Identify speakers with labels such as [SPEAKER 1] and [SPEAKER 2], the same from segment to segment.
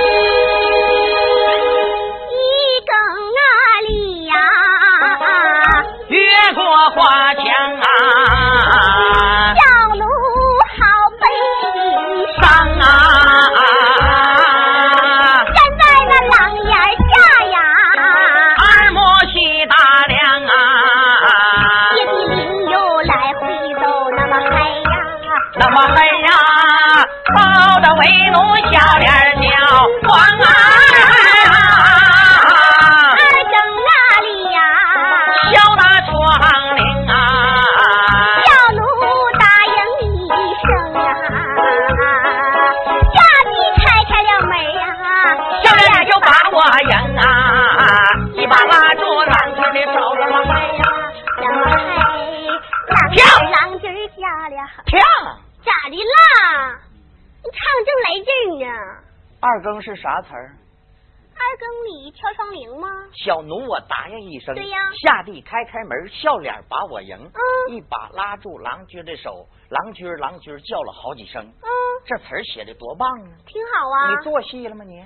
[SPEAKER 1] 啊啊啊啊为奴下边叫王啊，
[SPEAKER 2] 二整哪里呀？
[SPEAKER 1] 小打窗棂啊，
[SPEAKER 2] 小奴答应一声啊，丫鬟开开了门啊，
[SPEAKER 1] 小脸就把我迎啊，一把拉住郎君的手哎
[SPEAKER 2] 郎儿啊，郎儿，郎儿，郎
[SPEAKER 1] 了，
[SPEAKER 2] 君儿下了，
[SPEAKER 1] 停，
[SPEAKER 2] 咋的啦？你唱正来劲儿呢。
[SPEAKER 1] 二更是啥词儿？
[SPEAKER 2] 二更里敲窗棂吗？
[SPEAKER 1] 小奴我答应一声，
[SPEAKER 2] 对呀
[SPEAKER 1] 下地开开门，笑脸把我迎，
[SPEAKER 2] 嗯
[SPEAKER 1] 一把拉住郎君的手，郎君郎君叫了好几声，
[SPEAKER 2] 嗯，
[SPEAKER 1] 这词儿写的多棒啊！
[SPEAKER 2] 挺好啊。
[SPEAKER 1] 你做戏了吗你？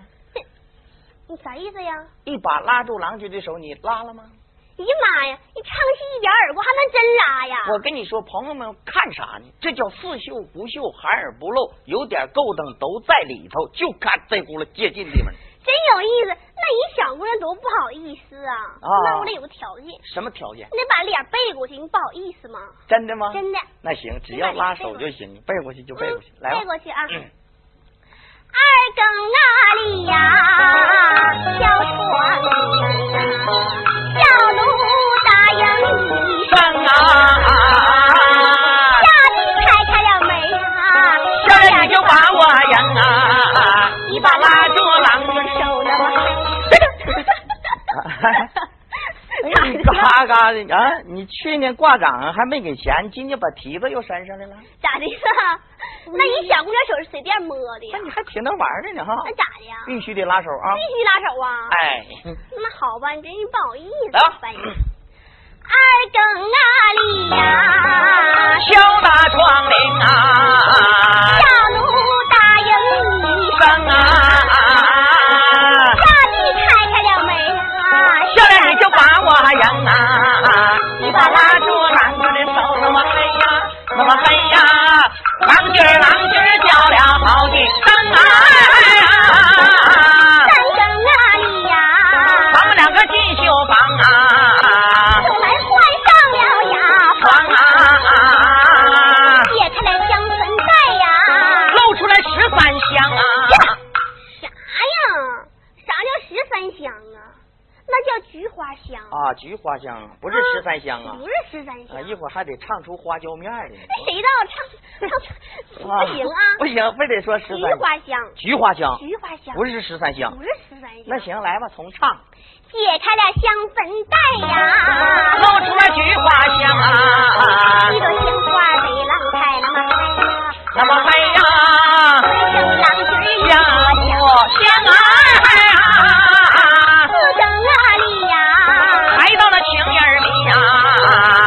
[SPEAKER 2] 你啥意思呀？
[SPEAKER 1] 一把拉住郎君的手，你拉了吗？
[SPEAKER 2] 哎呀妈呀！你唱戏一点耳光还能真拉呀？
[SPEAKER 1] 我跟你说，朋友们看啥呢？这叫似秀不秀，含而不露，有点勾当都在里头，就看这轱辘接近地方。
[SPEAKER 2] 真有意思。那你小姑娘多不好意思啊！
[SPEAKER 1] 啊
[SPEAKER 2] 那我得有个条件，你
[SPEAKER 1] 什么条件？
[SPEAKER 2] 得把脸背过去，你不好意思吗？
[SPEAKER 1] 真的吗？
[SPEAKER 2] 真的。
[SPEAKER 1] 那行，只要拉手就行，背过去就背过去，
[SPEAKER 2] 嗯
[SPEAKER 1] 来吧
[SPEAKER 2] 背。过去啊！
[SPEAKER 1] 嗯
[SPEAKER 2] 二更那里呀、小窗棂啊，小奴答应你。
[SPEAKER 1] 上啊！
[SPEAKER 2] 下地开开了门啊，
[SPEAKER 1] 小人你就把我赢啊！一把拉住郎君的手了
[SPEAKER 2] 咋
[SPEAKER 1] 哎你
[SPEAKER 2] 的了？
[SPEAKER 1] 嘎嘎的啊！你去年挂掌还没给钱，今年把蹄子又扇上来了，
[SPEAKER 2] 咋的了？那你小姑娘手是随便摸的呀
[SPEAKER 1] 那？你还挺能玩的呢哈！
[SPEAKER 2] 那咋哎的呀？
[SPEAKER 1] 必须得拉手啊！
[SPEAKER 2] 必须拉手啊！
[SPEAKER 1] 哎，
[SPEAKER 2] 那好吧，你真是不好意
[SPEAKER 1] 来
[SPEAKER 2] 思
[SPEAKER 1] 吧，
[SPEAKER 2] 半夜。二更那里呀，
[SPEAKER 1] 敲打窗棂啊，
[SPEAKER 2] 小奴答应你一
[SPEAKER 1] 声
[SPEAKER 2] 声
[SPEAKER 1] 啊！
[SPEAKER 2] 下地开开了门啊，
[SPEAKER 1] 小脸你就把我赢啊！你把拉住郎君的手，那么嘿呀，那么嘿呀，郎君儿郎君儿叫了好几声啊！
[SPEAKER 2] 三更那里呀，
[SPEAKER 1] 咱们两个进绣房啊，
[SPEAKER 2] 后来换上了牙
[SPEAKER 1] 房啊，
[SPEAKER 2] 解开了香存在呀。
[SPEAKER 1] 露出来十三香啊！
[SPEAKER 2] 啥呀？啥叫十三香啊？那叫菊花香，
[SPEAKER 1] 啊，菊花香不是十三香啊
[SPEAKER 2] 不！是十三香。
[SPEAKER 1] 啊，一会儿还得唱出花椒面儿来呢。
[SPEAKER 2] 那谁让我 唱唱哎不行啊？
[SPEAKER 1] 不行，非得说十
[SPEAKER 2] 菊
[SPEAKER 1] 三
[SPEAKER 2] 花香，
[SPEAKER 1] 菊花香，
[SPEAKER 2] 菊花香，
[SPEAKER 1] 不是十三香
[SPEAKER 2] 不。是十三香。
[SPEAKER 1] 那，行，来吧，重唱。
[SPEAKER 2] 解开了香粉袋呀，
[SPEAKER 1] 啊露出了菊花香啊，
[SPEAKER 2] 一朵鲜花被浪开了嘛开呀，
[SPEAKER 1] 那么黑呀，
[SPEAKER 2] 回声郎君
[SPEAKER 1] 香不香啊
[SPEAKER 2] 四？更那里呀，
[SPEAKER 1] 来到了情人迷
[SPEAKER 2] 这
[SPEAKER 1] 呀，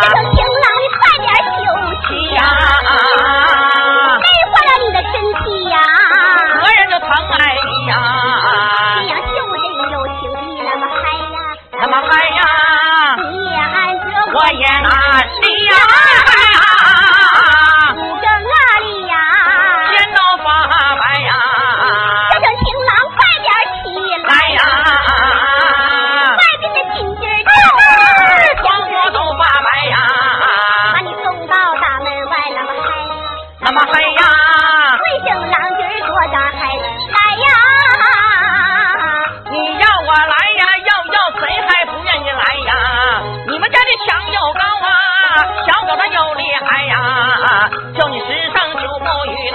[SPEAKER 2] 个情郎你快点休
[SPEAKER 1] 去
[SPEAKER 2] 息
[SPEAKER 1] 呀，
[SPEAKER 2] 累坏了你的身体呀。
[SPEAKER 1] 何人就疼爱你
[SPEAKER 2] 你
[SPEAKER 1] 呀？
[SPEAKER 2] 要秀真有情义那么嗨呀，
[SPEAKER 1] 那么嗨呀，
[SPEAKER 2] 你也安着
[SPEAKER 1] 我也难离呀，
[SPEAKER 2] 五个阿里呀，
[SPEAKER 1] 天都发白
[SPEAKER 2] 这
[SPEAKER 1] 呀，
[SPEAKER 2] 小情郎快点起来，
[SPEAKER 1] 来呀
[SPEAKER 2] 快。跟着金鸡儿叫，
[SPEAKER 1] 双目都发白
[SPEAKER 2] 把
[SPEAKER 1] 呀，
[SPEAKER 2] 你送到大门外那么嗨，
[SPEAKER 1] 那么黑哎呀，
[SPEAKER 2] 回声郎君儿多大嗨来呀，
[SPEAKER 1] 你要我来呀，要要谁还不愿意来呀？你们家的墙又高啊，小狗它又厉害呀，叫你十上九不语
[SPEAKER 2] 啊啊